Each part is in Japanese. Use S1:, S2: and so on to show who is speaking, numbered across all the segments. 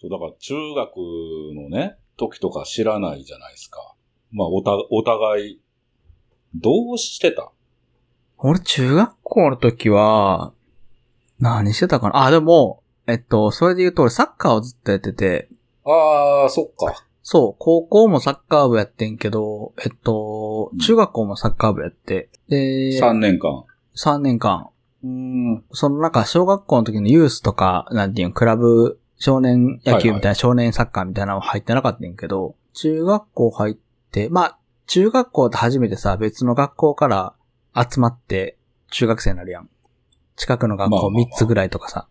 S1: そう、だから中学のね、時とか知らないじゃないですか。まあ、おた、お互い、どうしてた
S2: 俺、中学校の時は、何してたかなあ、でも、えっと、それで言うと俺サッカーをずっとやってて、
S1: ああ、そっか。
S2: そう、高校もサッカー部やってんけど、えっと
S1: うん、
S2: 中学校もサッカー部やって、で、
S1: 3年間。
S2: 3年間、
S1: うん。
S2: そのなんか小学校の時のユースとか、なんていうの、クラブ、少年野球
S1: は
S2: みたいな、
S1: いは
S2: 少年サッカーみたいなのは入ってなかったんやけど、中学校入って、まあ、中学校って初めてさ、別の学校から集まって中学生になるやん。近くの学
S1: まあま
S2: 校
S1: あまあ
S2: 3つぐらいとかさ、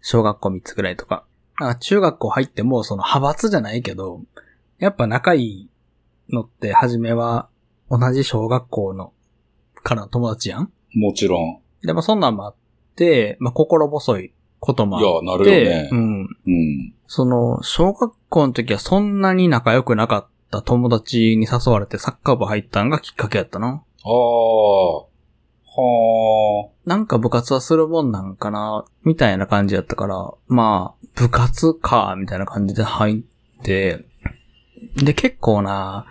S2: 小学校3つぐらいとか。なんか中学校入ってもうその派閥じゃないけど、やっぱ仲いいのって初めは同じ小学校のからの友達やん
S1: もちろん。
S2: で、まあそんなんもあって、まあ心細いことも
S1: いや
S2: あ、
S1: な
S2: っ
S1: るよ
S2: て、
S1: ね
S2: う。ん。
S1: うん。
S2: その、小学校の時はそんなに仲良くなかった友達に誘われてサッカー部入ったんがきっかけやったな。
S1: ああ、は
S2: なんか部活はするもんなんかな、みたいな感じやったから、まあ、部活か、みたいな感じで入って、で、結構な、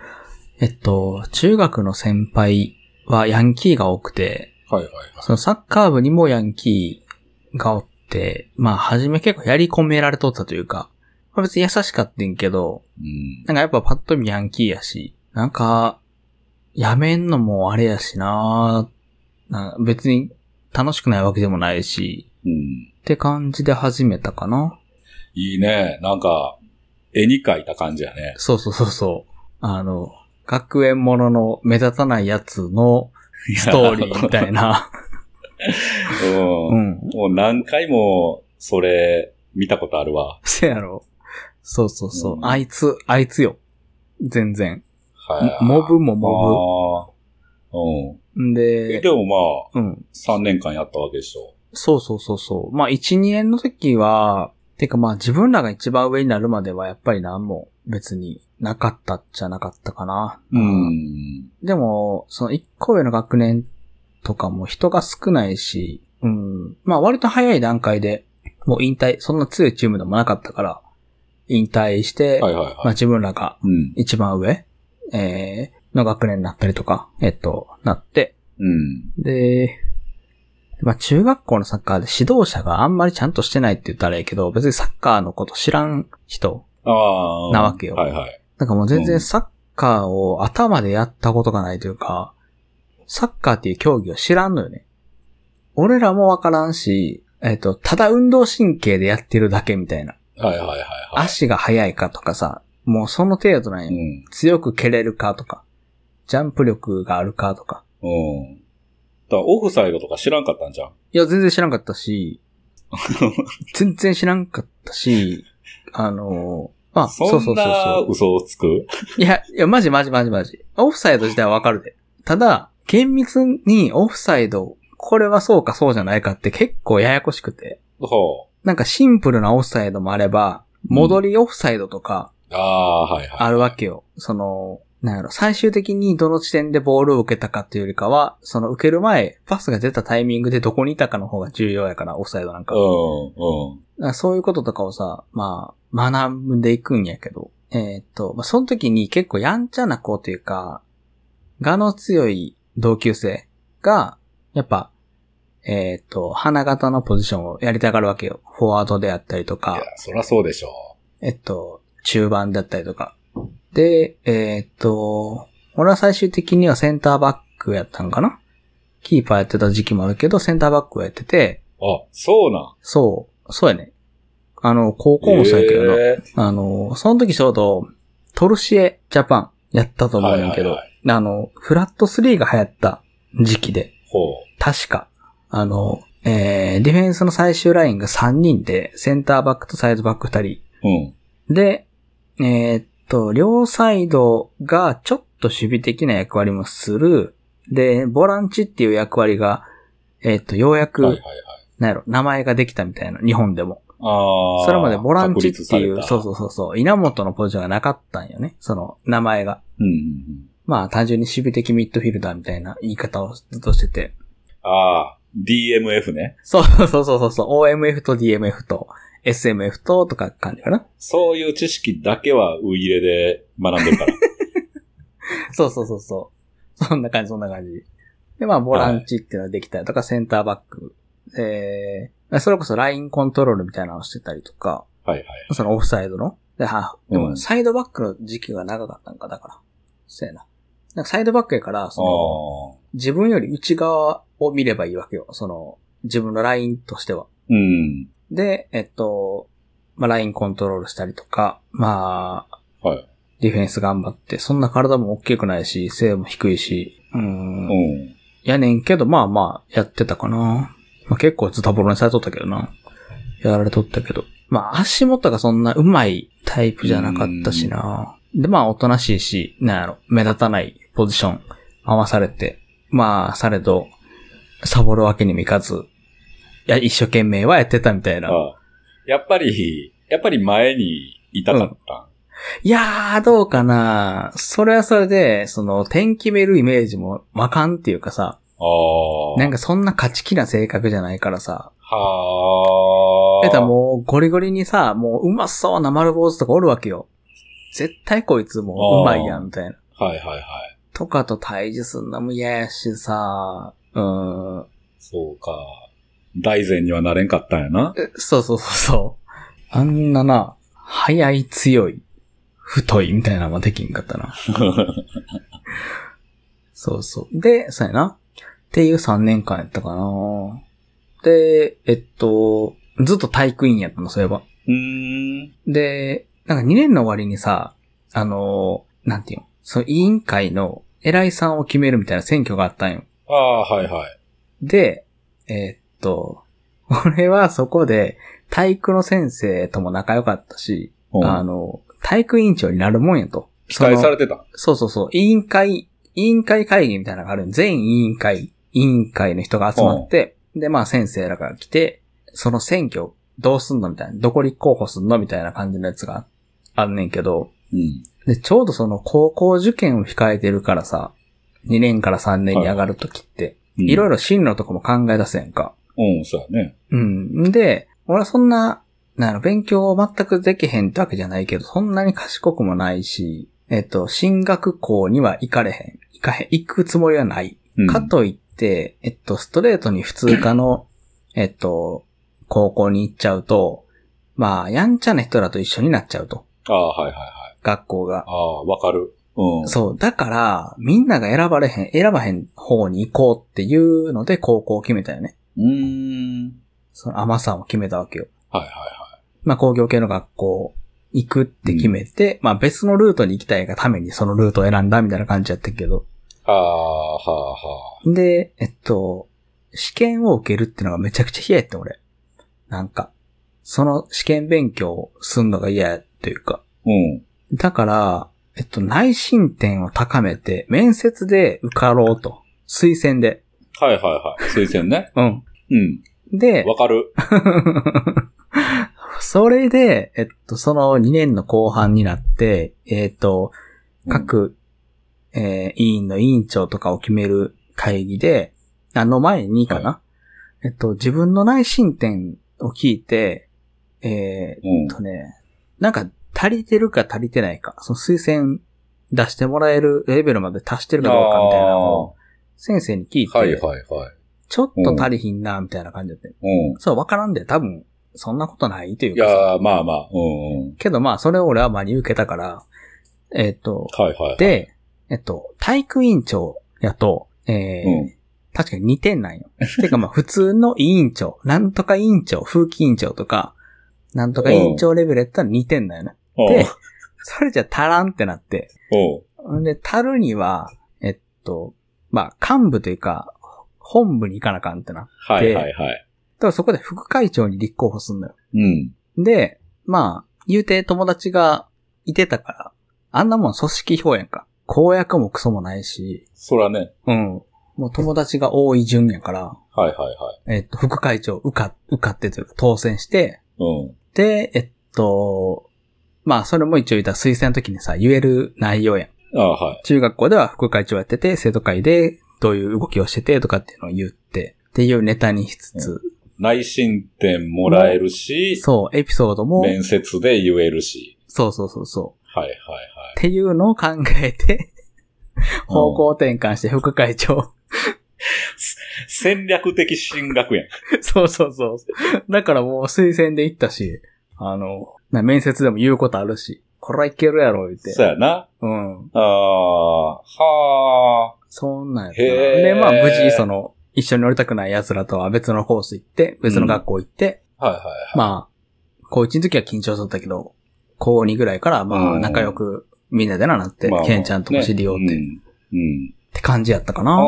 S2: えっと、中学の先輩はヤンキーが多くて、
S1: あ。はいはいはい。
S2: そのサッカー部にもヤンキーがおって、まあ、初め結構やり込められとったというか、まあ、別に優しかってんけど、
S1: うん。
S2: なんかやっぱパッと見ヤンキーやし、なんか、やめんのもあれやしななんか別に楽しくないわけでもないし、
S1: うん。
S2: って感じで始めたかな。
S1: いいね。なんか、絵に描いた感じやね。
S2: そうそうそうそう。あの、学園ものの目立たないやつのストーリーみたいな。
S1: うん。
S2: うん。
S1: もう何回も、それ、見たことあるわ。
S2: せやろ。そうそうそう。
S1: うん
S2: あいつ、あいつよ。全然。
S1: はい。
S2: モブもモ
S1: あーうん。
S2: ブ。ん
S1: え、
S2: で
S1: で、も
S2: うん。
S1: まあ、3年間やったわけでしょ。
S2: そうそうそうそう。まあ、1、2年の時は、てかまあ自分らが一番上になるまではやっぱり何も別になかったっちゃなかったかな。
S1: うん。
S2: でも、その1個上の学年とかも人が少ないし、うん。まあ割と早い段階で、もう引退、そんな強いチームでもなかったから、引退して、
S1: はいはいはい。
S2: まあ自分らが
S1: うん。
S2: 一番上、えー、の学年になったりとか、えっと、なって、
S1: うん。
S2: で、まあ中学校のサッカーで指導者があんまりちゃんとしてないって言ったらええけど、別にサッカーのこと知らん人、
S1: ああ。
S2: なわけよ
S1: はいはい。
S2: なんかもう全
S1: う
S2: 然
S1: ん
S2: サッカーを頭でやったことがないというか、サッカーっていう競技を知らんのよね。俺らもわからんし、えっと、ただ運動神経でやってるだけみたいな。
S1: はいはいはいはい。
S2: 足が速いかとかさ、もうその程度なんよ。
S1: うん。
S2: 強く蹴れるかとか、ジャンプ力があるかとか。
S1: うん。だからオフサイドとか知らんかったんじゃん。
S2: いや、全然知らんかっ たし、全然知らんかったし、あのまあ、そうそう
S1: そ
S2: そ
S1: ん
S2: うそ
S1: な
S2: う。
S1: 嘘をつく
S2: いや、いや、マジマジマジマジ。オフサイド自体はわかるで。ただ、厳密にオフサイド、これはそうかそうじゃないかって結構ややこしくて。
S1: ほ
S2: なんかシンプルなオフサイドもあれば、戻りオフサイドとか
S1: う。ああー、はいはい。
S2: あるわけよ。その、なんやろ、最終的にどの地点でボールを受けたかっていうよりかは、その受ける前、パスが出たタイミングでどこにいたかの方が重要やから、オフサイドなんか。
S1: うん、うん。
S2: だからそういうこととかをさ、まあ、学んでいくんやけど、えーっと、まあ、その時に結構やんちゃな子というか、がの強い同級生が、やっぱ、えーっと、花形のポジションをやりたがるわけよ。フォワードであったりと
S1: いや
S2: か、、
S1: そりゃそうでしょ
S2: えっと、中盤だったりとか。で、えーっと、俺は最終的にはセンターバックやったんかなキーパーやってた時期もあるけど、センターバックをやってて、
S1: う。あ、そうなん。
S2: そう、そうやね。あの、高校もそうやけどな。
S1: え
S2: あの、その時ちょうど、トルシエジャパンやったと思うんやけど、
S1: はいは
S2: あの、フラット3が流行った時期で、
S1: ーほ
S2: 確か、あの、えー、ディフェンスの最終ラインが3人で、センターバックとサイドバック2
S1: う。うん。
S2: 人。で、えーっと、両サイドがちょっと守備的な役割もする。で、ボランチっていう役割が、えーっと、ようやく、
S1: はいはいはい。
S2: なんやろ、名前ができたみたいな、日本でも。
S1: ああ。
S2: それまでボランチっていう、そう
S1: う。
S2: そうそうそう、稲本のポジションがなかったんよね。その、名前が。
S1: うんうんうん。
S2: まあ、単純に守備的ミッドフィルダーみたいな言い方をずっとしてて。
S1: ああ、DMF ね。
S2: そうそうそうそうそう、OMF と DMF と SMF ととか感じかな。
S1: そういう知識だけはウイイレで学んでるから。
S2: そうそうそうそう。そんな感じ、そんな感じ。で、まあ、ボランチっていうのができたりとか、センターバック。えー、それこそラインコントロールみたいなのをしてたりとか、
S1: はいはい。
S2: そのオフサイドの。で、は、で
S1: うん
S2: も、サイドバックの時期が長かったんか、だから。そうやな。なんかサイドバックやから、 その、
S1: ああ。
S2: 自分より内側を見ればいいわけよ。その、自分のラインとしては。
S1: うん。
S2: で、えっと、まあ、ラインコントロールしたりとか、まあ、
S1: はい。
S2: ディフェンス頑張って、そんな体も大きくないし、背も低いし、う。
S1: うんん。
S2: やねんけど、まあまあ、やってたかな。まあ結構ズタボロにされとったけどな。やられとったけど。まあ足元がそんな上手いタイプじゃなかったしな。で、まあおとなしいし、なんやろ、目立たないポジション回されて、まあ、されど、サボるわけにもいかず、いや、一生懸命はやってたみたいな。
S1: ああやっぱり、やっぱり前にいたかった。
S2: いやー、どうかなそれはそれで、その、点決めるイメージもわかんっていうかさ、
S1: ああ。
S2: なんかそんな勝ち気な性格じゃないからさ、
S1: はあ。
S2: えたらもうゴリゴリにさ、もううまそうな丸坊主とかおるわけよ。絶対こいつもううまいや
S1: あー
S2: ん、みたいな。
S1: はいはいはい。
S2: とかと対峙すんのも嫌やしさ、うーん。
S1: そうか。大善にはなれんかったんやな。
S2: えそうそうそうそう。あんなな、早い強い、太いみたいなのはできんかったな。そうそう。で、そうやな。っていう3年間やったかな。で、えっと、ずっと体育院やったの、そういえば。
S1: うーん。
S2: で、なんか2年の終わりにさ、あの、なんていうの、その委員会の偉いさんを決めるみたいな選挙があったんよ。
S1: ああ、はいはい。
S2: で、えーっと、 俺はそこで体育の先生とも仲良かったし、
S1: うん
S2: あの、体育委員長になるもんやと。
S1: 期待さ
S2: その
S1: れてた。
S2: そうそうそう、委員会、委員会会議みたいなのがあるん全委員会、委員会の人が集まって、で、まあ先生らが来て、その選挙どうすんのみたいな、どこ立候補すんのみたいな感じのやつがあんねんけど、
S1: うん。
S2: で、ちょうどその高校受験を控えてるからさ、2年から3年に上がるときって、いろい
S1: ろ。
S2: ろ進路とかも考え出せんか。
S1: うん、そうやね。
S2: うん。んで、俺はそんな、なの、勉強を全くできへんってわけじゃないけど、そんなに賢くもないし、えっと、進学校には行かれへん。行かへん、行くつもりはない。
S1: うん
S2: かといって、えっと、ストレートに普通科の、 えっと、高校に行っちゃうと、まあ、やんちゃな人らと一緒になっちゃうと。
S1: ああ、はいはいはい。
S2: 学校が
S1: あ。あ、わかる。うん。
S2: そう。だから、みんなが選ばれへん、選ばへん方に行こうっていうので、高校を決めたよね。
S1: うーん。
S2: その甘さを決めたわけよ。
S1: はいはいは
S2: まあ、工業系の学校行くって決めて、まあ、別のルートに行きたいがためにそのルートを選んだみたいな感じやったけど。
S1: い。はあ、はあ、はあ。
S2: で、えっと、試験を受けるってのがめちゃくちゃ嫌やってん俺。なんか、その試験勉強をすんのが嫌やというか。
S1: うん。
S2: だから、えっと、内申点を高めて、面接で受かろうと。推薦で。
S1: はいはいはい。推薦ね。
S2: うん。
S1: うん。
S2: で、
S1: わかる。
S2: それで、えっと、その2年の後半になって、えっと、各、えー委員の委員長とかを決める会議で、あの前にかな、えっと、自分の内申点を聞いて、えー
S1: うん。
S2: えっとね、なんか足りてるか足りてないか、その推薦出してもらえるレベルまで達してるかどうかみたいなのを、先生に聞いて、
S1: あーはいはいはい。
S2: ちょっと足りひんな、みたいな感じだったよ。
S1: うん。
S2: そう、わからんで、多分、そんなことないという
S1: い
S2: かさ
S1: やー、まあまあ。うんうん。
S2: けどまあ、それを俺は真に受けたから、えっ、と、
S1: はいはいはい。、
S2: で、えっと、体育委員長やと、えー
S1: うん
S2: 確かに2点なんよ。 てかまあ、普通の委員長、なんとか委員長、風紀委員長とか、なんとか委員長レベルやったら2点だよね。
S1: うん
S2: で、それじゃ足らんってなって。
S1: うん。
S2: んで、足るには、えっと、まあ、幹部というか、本部に行かなあかんってな。だか
S1: はいはいはい。
S2: らそこで副会長に立候補すんのよ。
S1: うん。
S2: で、まあ、言うて友達がいてたから、あんなもん組織票やんか。公約もクソもないし、
S1: そらね。
S2: うん。もう友達が多い順やから、
S1: はいはいはい。
S2: えっと、副会長受か、受かってというか当選して、
S1: うん。
S2: で、えっと、まあ、それも一応言ったら推薦の時にさ、言える内容やん。
S1: ああ、はい。
S2: 中学校では副会長やってて、生徒会でどういう動きをしててとかっていうのを言って、っていうネタにしつつ、
S1: 内申点もらえるし、
S2: そう、エピソードも、
S1: 面接で言えるし。
S2: そうそうそうそう。
S1: はいはい
S2: っていうのを考えて、
S1: うん
S2: 方向転換して副会長。
S1: はい。戦略的進学やん。
S2: そうそうそう。だからもう推薦で行ったし、あの、な面接でも言うことあるし、これはいけるやろ、言って。
S1: そうやな。
S2: うん。
S1: ああ、はあ。
S2: そんなんやったな
S1: へー
S2: で、まあ無事、その、一緒に乗りたくない奴らとは別のコース行って、別の学校行って、
S1: はいはいはい。
S2: まあ、高1の時は緊張しとったけど、高2ぐらいから、ま
S1: う
S2: あ
S1: ん
S2: 仲良くみんなでななって、
S1: まあ
S2: ケンちゃんとも知り合うて、っ
S1: ねうん。うん。
S2: て感じやったかな。
S1: ああ。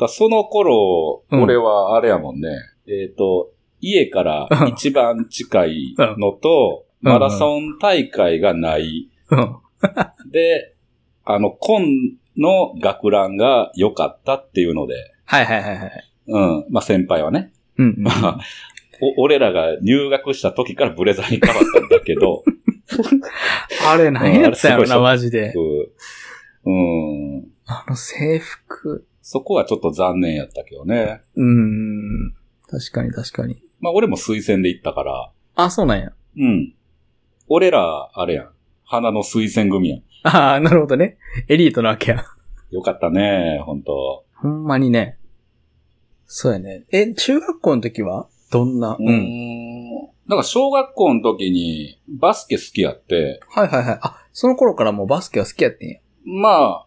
S1: だその頃、
S2: うん
S1: 俺はあれやもんね。えっ、と、家から一番近いのと、
S2: うん
S1: マラソン大会がない。
S2: うん。
S1: で、あの、今の学ランが良かったっていうので、
S2: はいはいはいはい。
S1: うん。まあ、先輩はね。
S2: うんう ん。
S1: まあ、お俺らが入学した時からブレザーに変わったんだけ ど、
S2: あれ何やったやろ
S1: う
S2: な、
S1: ん
S2: マジで。
S1: うん。うん
S2: あの制服。
S1: そこはちょっと残念やったけどね。
S2: うん。確かに確かに。
S1: まあ、俺も推薦で行ったから、
S2: あ、そうなんや。
S1: うん。俺ら、あれやん。花の推薦組やん。
S2: ああ、なるほどね。エリートなわけや。
S1: よかったね、ほんと。
S2: ほんまにね。そうやね。え、中学校の時はどんな
S1: う。ん。だから、小学校の時に、バスケ好きやって、
S2: はいはいはい。あ、その頃からもうバスケは好きやってんや。
S1: まあ、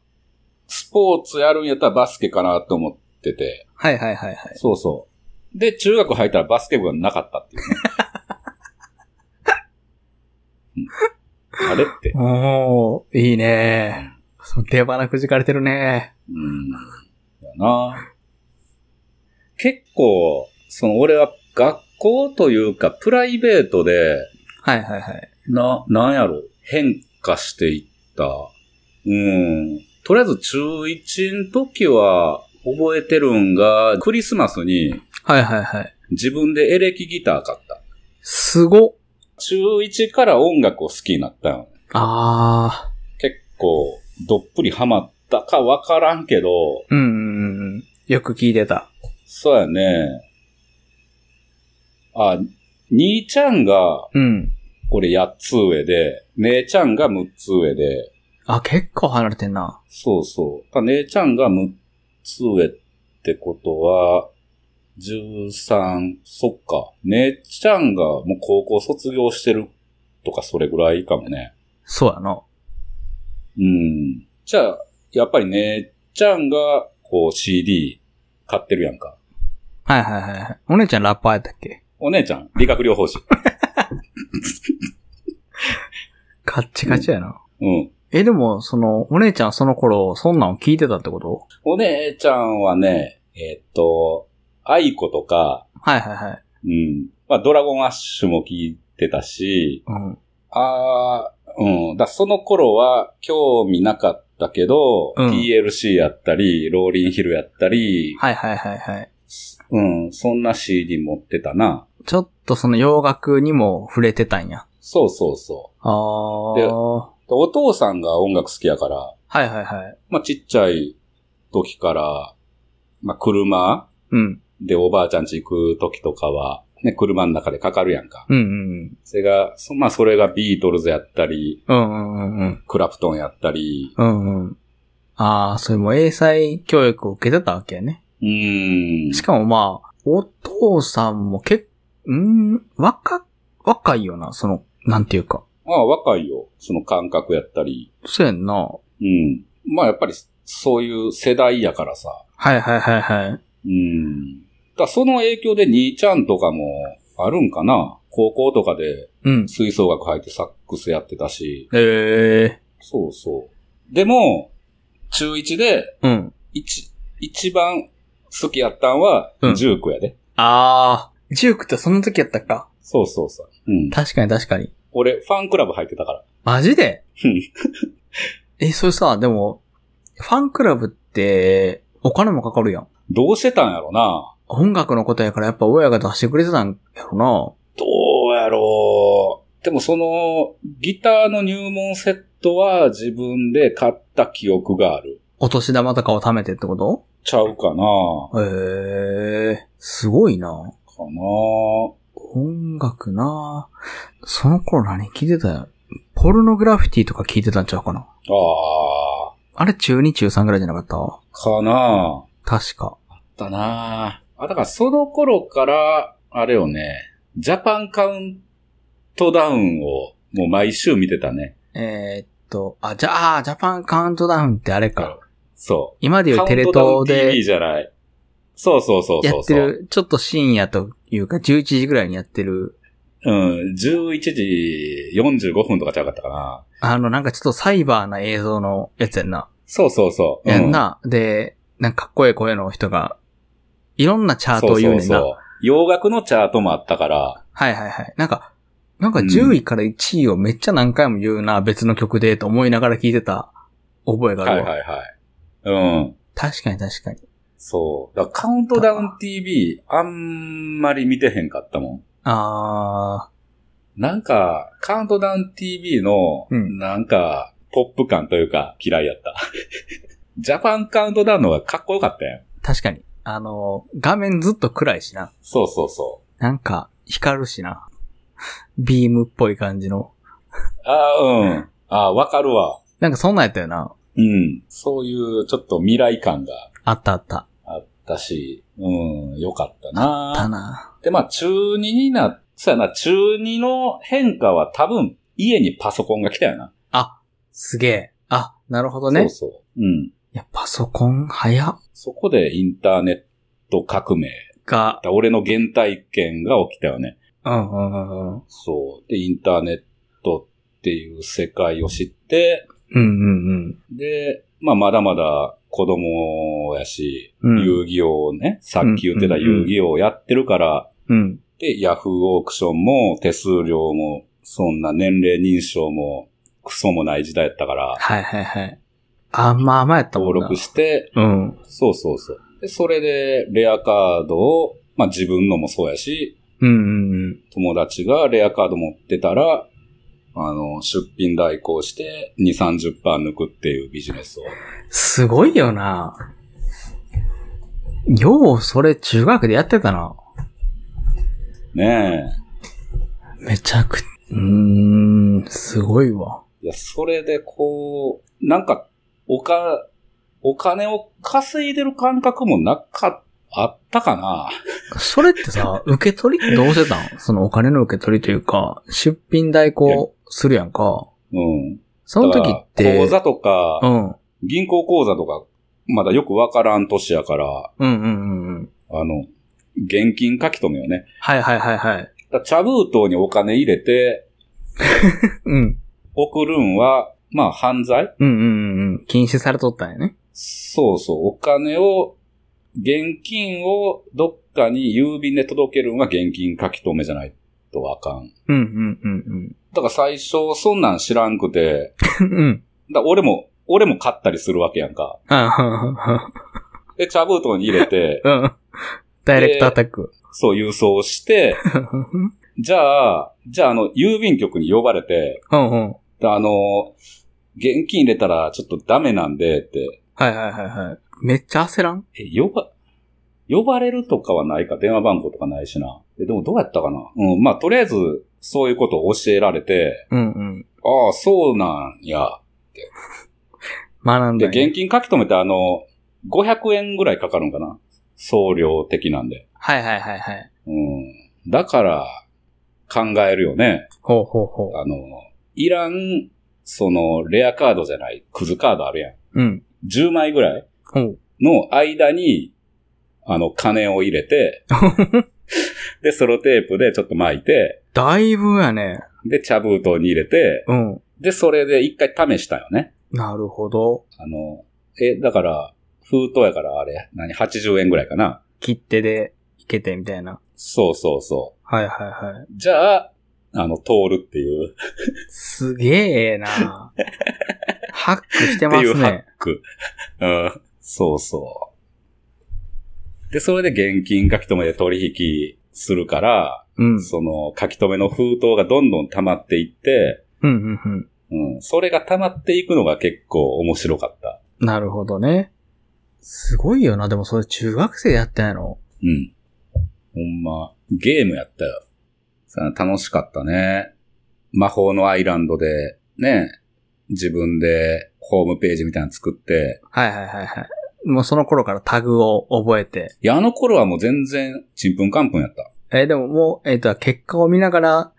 S1: スポーツやるんやったらバスケかなと思ってて、
S2: はいはいはいはい。
S1: そうそう。で、中学入ったらバスケ部がなかったって いうね、うんあれって。
S2: おー、いいね。その手花くじかれてるね。
S1: うん。だな。結構、その俺は学校というかプライベートで、
S2: はいはいはい。
S1: な、なんやろ、変化していった。うん。とりあえず中1の時は覚えてるんが、クリスマスに
S2: はいはいはい。
S1: 自分でエレキギター買った。
S2: すごっ。
S1: 中1から音楽を好きになったよね。
S2: あ
S1: 結構、どっぷりハマったかわからんけど、
S2: ー。うんうんうんうん。よく聞いてた。
S1: そうやね。あ、兄ちゃんが、
S2: うん。
S1: 俺8つ上で、姉ちゃんが6つ上で、
S2: あ、結構離れてんな。
S1: そうそう。あ姉ちゃんが6つ上ってことは、13、そっか。姉ちゃんがもう高校卒業してるとかそれぐらいかもね。
S2: そうやな。
S1: うん。じゃあ、やっぱりね、ちゃんが、こう CD 買ってるやんか。
S2: はいはいはいはい。お姉ちゃんラッパーやったっけ
S1: お姉ちゃん、理学療法士。
S2: カッチカチやな。
S1: うん。
S2: え、でも、その、お姉ちゃんその頃、そんなんを聞いてたってこと
S1: お姉ちゃんはね、えっと、愛子とか、
S2: はいはいはい。
S1: うん。まあ、ドラゴンアッシュも聞いてたし、
S2: うん。
S1: あーうん。だその頃は興味なかったけど、
S2: うん
S1: TLC やったり、ローリンヒルやったり、
S2: はいはいはいはい。
S1: うん、そんな CD 持ってたな。
S2: ちょっとその洋楽にも触れてたんや。
S1: そうそうそう。
S2: あー。
S1: で
S2: は
S1: でお父さんが音楽好きやから、
S2: いはいはい。
S1: まあ、ちっちゃい時から、まあ、車
S2: うん。
S1: でおばあちゃん家行く時とかは、ね、車の中でかかるやんか。
S2: うんうん
S1: それが、そまあ、それがビートルズやったり、
S2: うん。うんうんうんうん。
S1: クラプトンやったり、
S2: うんうん。あー、それも英才教育を受けてたわけやね。
S1: うーん。
S2: しかもまあ、お父さんも結構、んー若、若いよな、その、なんていうか。
S1: まあ、若いよ。その感覚やったり。
S2: そうやんな。
S1: うん。まあ、やっぱり、そういう世代やからさ。
S2: はいはいはいはい。
S1: うん。だその影響で兄ちゃんとかもあるんかな高校とかで
S2: うん。
S1: 吹奏楽入ってサックスやってたし。
S2: ええ
S1: そうそう。でも、中1で、
S2: うん。
S1: 一、一番好きやったんは、
S2: うん
S1: ジュークやで。
S2: あー。ジュークってその時やったっか。
S1: そうそうそう。うん。
S2: 確かに確かに。
S1: 俺、ファンクラブ入ってたから。
S2: マジで
S1: うん
S2: え、それさ、でも、ファンクラブって、お金もかかるやん。
S1: どうしてたんやろな。
S2: 音楽のことやからやっぱ親が出してくれてたんやろ
S1: どうやろう。でもその、ギターの入門セットは自分で買った記憶がある。
S2: な。お年玉とかを貯めてってこと
S1: ちゃうかな
S2: へえ、すごいな。
S1: かな
S2: 音楽な。その頃何聞いてたポルノグラフィティとか聞いてたんちゃうかな。
S1: あ
S2: あれ中2中3ぐらいじゃなかった
S1: ー、かな
S2: 確か。
S1: だなあ、だからその頃から、あれよね、ジャパンカウントダウンをもう毎週見てたね。
S2: えーっと、あ、じゃあ、ジャパンカウントダウンってあれか。
S1: そ
S2: 今で
S1: う。
S2: いうテレ東
S1: カウントダウン
S2: で
S1: TV じゃない。そうそうそう
S2: や
S1: そ
S2: っ
S1: うそ
S2: て
S1: う。
S2: る、ちょっと深夜というか11時ぐらいにやってる、
S1: うん、11時45分とかちゃうかったかな。
S2: あの、なんかちょっとサイバーな映像のやつやんな。
S1: そうそうそう。
S2: や
S1: うん
S2: な。で、なんかかっこいい声の人が、いろんなチャートを言うねんな。
S1: う。洋楽のチャートもあったから、
S2: はいはいはい。なんか、なんか
S1: うん
S2: 10位から1位をめっちゃ何回も言うな、別の曲でと思いながら聴いてた覚えがあ
S1: は
S2: る
S1: い
S2: わ。
S1: はいはい。うん。
S2: 確かに確かに。
S1: そう。だからカウントダウン TV、あんまり見てへんかったもん。
S2: あ
S1: なんか、カウントダウン TV の、
S2: うん
S1: なんか、ポップ感というか、嫌いやった。 ジャパンカウントダウンの方がかっこよかったやん。
S2: ー、確かに。あの、画面ずっと暗いしな。
S1: そうそうそ
S2: なんか、光るしな。ビームっぽい感じの。
S1: う。ああ、うん。ああ、わかるわ。
S2: なんかそんなんやったよな。
S1: うん。そういう、ちょっと未来感が
S2: あったあった。
S1: あったし、うん、よかった
S2: あっ
S1: な
S2: たな。
S1: で、まあ、中2にな、そうやな、中2の変化は多分、家にパソコンが来たよな。
S2: あ、すげえ。あ、なるほどね。
S1: そうそう。うん。
S2: いや、パソコン早っ
S1: そこでインターネット革命。
S2: が、
S1: 俺の原体験が起きたよね。
S2: うんうんうんうん。
S1: そう。で、インターネットっていう世界を知って、
S2: うんうん
S1: で、まあ、まだまだ子供やし、
S2: うん。うん。
S1: 遊戯王をね、さっき言ってた
S2: うんうんうん
S1: 遊戯王をやってるから、
S2: うん。
S1: で、ヤフーオークションも手数料も、そんな年齢認証もクソもない時代やったから、
S2: はいはいはい。あんま甘やったもん
S1: 登
S2: な。
S1: 録して、
S2: うん。
S1: そうそうそう。で、それでレアカードを、まあ自分のもそうやし、
S2: うんうんうん。
S1: 友達がレアカード持ってたら、あの、出品代行して2、30%抜くっていうビジネスを。
S2: すごいよな。よう、それ中学でやってたな。
S1: ね
S2: めちゃくちうーん、すごいわ。
S1: え。いや、それでこう、なんか、おか、お金を稼いでる感覚もなかっあったかな
S2: それってさ、受け取りどうしてたんそのお金の受け取りというか、出品代行するやんか。
S1: うん。
S2: その時っ
S1: だか
S2: て、
S1: ら口座とか、
S2: うん。うん
S1: 銀行口座とか、まだよくわからん年やから、
S2: うんうんうん。
S1: あの、現金書き留めよね。
S2: はいはいはいはい。
S1: だから茶封筒にお金入れて、
S2: うん。
S1: 送るんは、まあ犯罪
S2: うんうんうんうん。禁止されとったんやね。
S1: そうそう、お金を、現金をどっかに郵便で届けるんは現金書き留めじゃないとあかん。
S2: うんうんうん
S1: だから最初、そんなん知らんくて、
S2: うん。うん。
S1: だから俺も、俺も買ったりするわけやんか。
S2: あははは。、
S1: で、茶封筒に入れて
S2: うん。ダイレクトアタック。
S1: そう郵送して、
S2: うん
S1: じゃあ、じゃあ、あの、郵便局に呼ばれて、
S2: うん。
S1: あの、現金入れたらちょっとダメなんで、って、
S2: はいはいはいはい。めっちゃ焦らん
S1: え、呼ば、呼ばれるとかはないか、電話番号とかないしな。えでもどうやったかなうん、まあ、とりあえず、そういうことを教えられて、
S2: うんうん。
S1: ああ、そうなんや。
S2: 学ん
S1: で、
S2: だんや。
S1: 現金書き留めて、あの、500円ぐらいかかるんかな送料的なんで。
S2: はいはいはいはい。
S1: うん。だから、考えるよね。
S2: ほうほうほ
S1: あの、いらん、その、レアカードじゃない、クズカードあるやん。
S2: う。うん。
S1: 10枚ぐらい
S2: ほう。
S1: の間に、あの、金を入れて、で、ソロテープでちょっと巻いて、
S2: だいぶやね。
S1: で、茶封筒に入れて、
S2: うん。
S1: で、それで一回試したよね。
S2: なるほど。
S1: あの、え、だから、封筒やからあれ、何、80円ぐらいかな。
S2: 切手でいけてみたいな。
S1: そうそうそ
S2: はいはいはい。
S1: う。じゃあ、あの、通るっていう、
S2: すげえ なハックして
S1: って
S2: ま
S1: いう
S2: す
S1: ハッ
S2: ね。
S1: ク。うん、そうそう。で、それで現金書き留めで取引するから、
S2: うん。うん
S1: その書き留めの封筒がどんどん溜まっていって、
S2: うんうん。
S1: うん、それが溜まっていくのが結構面白かった。
S2: なるほどね。すごいよな。でもそれ中学生やったんやろ。
S1: うん。ほんま、ゲームやったよ。さあ楽しかったね。魔法のアイランドで、ね、自分でホームページみたいなの作って、
S2: はいはいはいはい。もうその頃からタグを覚えて。
S1: いや、あの頃はもう全然、ちんぷんかんぷんやった。
S2: えーでももう、えっ、と、結果を見ながら、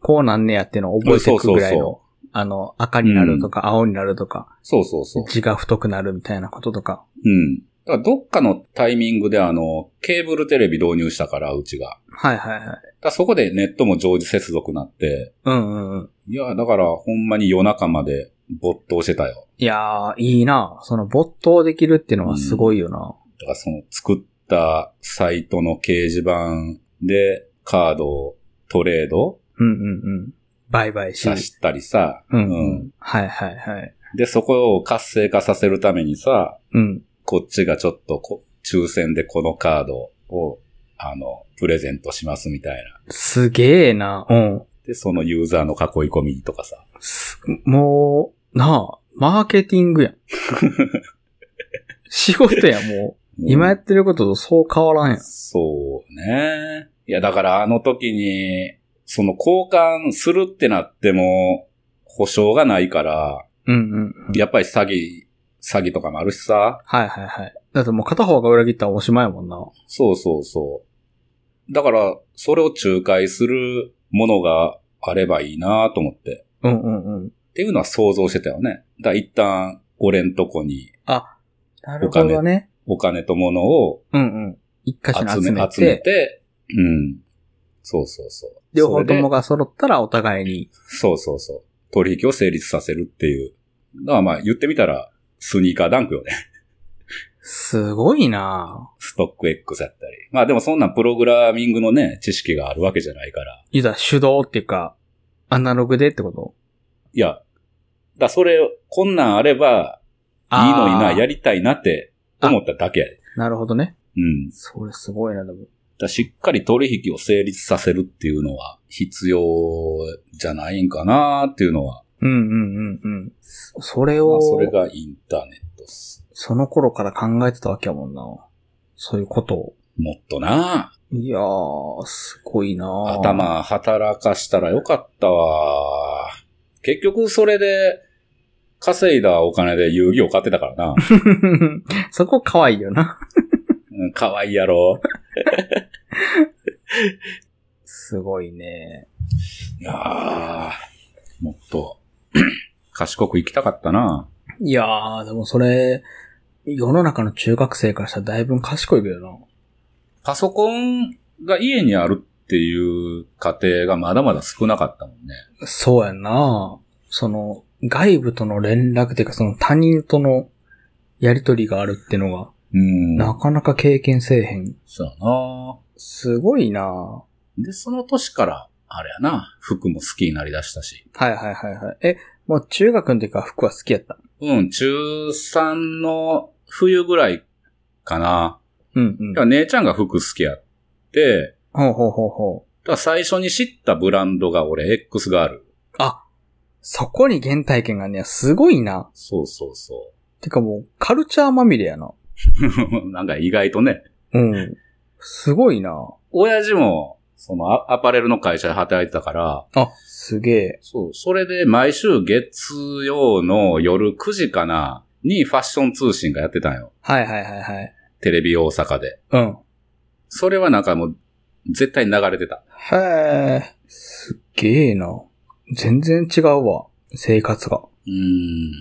S2: こうなんねやっていうのを覚えていくぐらい
S1: そうそう
S2: の、あの、赤になるとか、青になるとか、
S1: そうそうそう。
S2: 字が太くなるみたいなこととか。
S1: うん。だからどっかのタイミングであの、ケーブルテレビ導入したから、うちが。だか
S2: はいはいはい。
S1: らそこでネットも常時接続になって、
S2: うんうんうん。
S1: いや、だからほんまに夜中まで没頭してたよ。
S2: いやー、いいなその没頭できるっていうのはすごいよな、
S1: だからその作ったサイトの掲示板でカードをトレード
S2: うん、うんうんうんバイバイし
S1: さ。したりさ、
S2: うん、う。
S1: うん
S2: はいはいはい。
S1: で、そこを活性化させるためにさ、
S2: うん。
S1: こっちがちょっとこ抽選でこのカードを、あの、プレゼントしますみたいな。
S2: すげえなうん。
S1: で、そのユーザーの囲い込みとかさ。
S2: すもう、なあマーケティング やん。仕事や、もう。
S1: うん
S2: 今やってることとそう変わらんやん。
S1: そうね。いや、だからあの時に、その交換するってなっても、保証がないから、
S2: うんうんうん。
S1: やっぱり詐欺、詐欺とかもあるしさ。
S2: はいはいはい。だってもう片方が裏切ったらおしまいやもんな。
S1: そうそうそう。だから、それを仲介するものがあればいいなと思って。
S2: うんうんうん。
S1: っていうのは想像してたよね。だから一旦、俺んとこに
S2: あ、なるほどね。
S1: お金と物を
S2: うんうん。一箇所に
S1: 集
S2: 集め
S1: め、
S2: て、
S1: 集めて、うん。そうそうそう。
S2: 両方と
S1: それで
S2: もが揃ったらお互いに。
S1: そうそうそう。取引を成立させるっていう。だからまあ言ってみたら、スニーカーダンクよね。
S2: すごいなぁ
S1: ストック X やったり。まあでもそんなんプログラミングのね、知識があるわけじゃないから。
S2: いざ手動っていうか、アナログでってこと
S1: いや、だそれ、こんなんあれば、いいのにな、や
S2: り。
S1: りたいなって思っただけやで。
S2: なるほどね。
S1: うん。
S2: それすごいな、でも。
S1: だしっかり取引を成立させるっていうのは必要じゃないんかなっていうのは、
S2: うんうんうんうん。そそれ
S1: ま
S2: を
S1: あ、それがインターネットっす。
S2: その頃から考えてたわけやもんなそういうことを。
S1: もっとない
S2: やー、すごいなぁ。
S1: 頭働かしたらよかったわ。結局それで稼いだお金で遊戯を買ってたからな。
S2: そこ可愛いよな。
S1: うん可愛いやろ。
S2: すごいね。
S1: いやーもっと 賢く生きたかったな。
S2: いやー、でもそれ、世の中の中学生からしたらだいぶ賢いけどな。
S1: パソコンが家にあるっていう家庭がまだまだ少なかったもんね。
S2: そうやんなその、外部との連絡っていうか、その他人とのやりとりがあるってのが、
S1: うん。
S2: なかなか経験せえへん。
S1: そうやな。
S2: すごいな
S1: で、その年から、あれやな、服も好きになりだしたし。
S2: はいはいはいはい。え、もう中学の時から服は好きやった。
S1: うん、中3の冬ぐらいかな。
S2: うんうん
S1: だから。姉ちゃんが服好きやって、
S2: ほうほうほうほう。
S1: だから最初に知ったブランドが俺、X ガール。
S2: あ、そこに原体験がね、すごいな。
S1: そうそうそ
S2: てかもう、カルチャーまみれやな。
S1: う。 なんか意外とね、
S2: うん。すごいな。
S1: 親父も、そのアアパレルの会社で働いてたから、
S2: あ、すげえ。
S1: そう、それで毎週月曜の夜9時かな、にファッション通信がやってたんよ。
S2: はいはいはいはい。
S1: テレビ大阪で。
S2: うん。
S1: それはなんかもう、絶対流れてた。
S2: へえ。すっげえな。全然違うわ。生活が。
S1: うーん。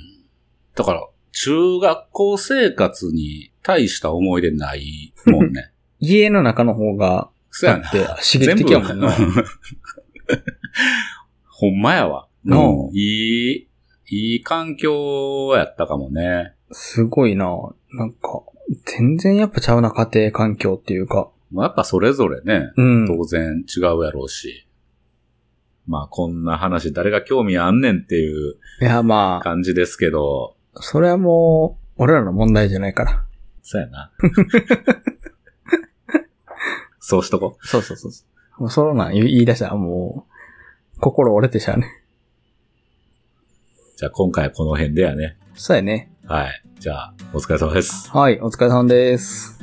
S1: だから、中学校生活に大した思い出ないもんね。
S2: 家の中の方が、
S1: そう
S2: だ
S1: やな
S2: っ。て刺激的やもんな。
S1: ほんまやわ。
S2: なあ
S1: うんいい、いい環境やったかもね。
S2: すごいな。なんか、全然やっぱちゃうな家庭環境っていうか。
S1: まあやっぱそれぞれね、
S2: うん。
S1: 当然違うやろうし。まあこんな話誰が興味あんねんっていう
S2: いやま
S1: 感じですけど、
S2: あ、それはもう、俺らの問題じゃないから。
S1: そうや な。そうしとこ。
S2: そうそうそうそう。もうそのなん言い言い出したらもう、心折れてしゃうね。
S1: じゃあ今回はこの辺でやね。
S2: そうやね。
S1: はい。じゃあ、お疲れ様です。
S2: はい、お疲れ様です。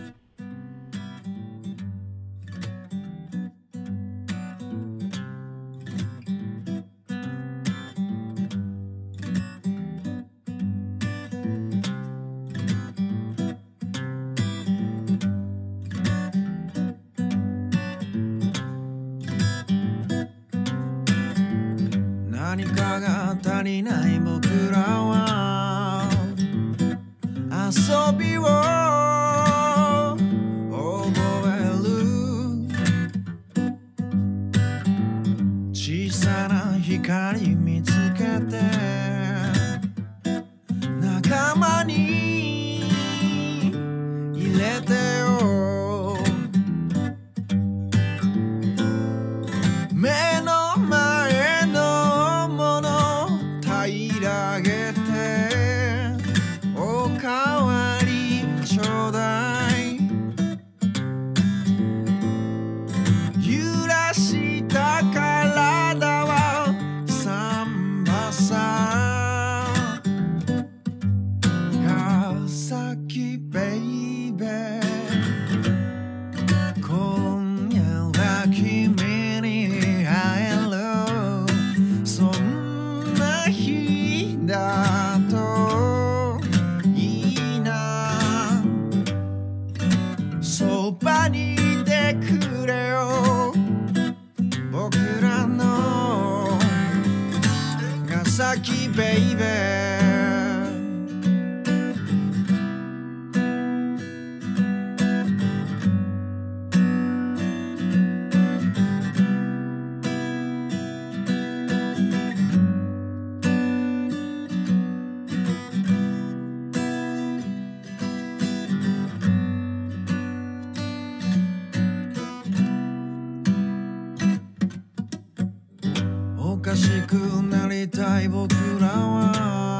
S3: 何かが足りない僕らは遊びを覚える小さな光見つけて仲間に入れてよ目の前のもの平らげておかわりちょうだい揺らした体はサンバさ川崎ベイベー今夜は君に会えるそんな日だといいなそばにいてくれよ僕らの長崎ベイベーおかしくなりたい僕らは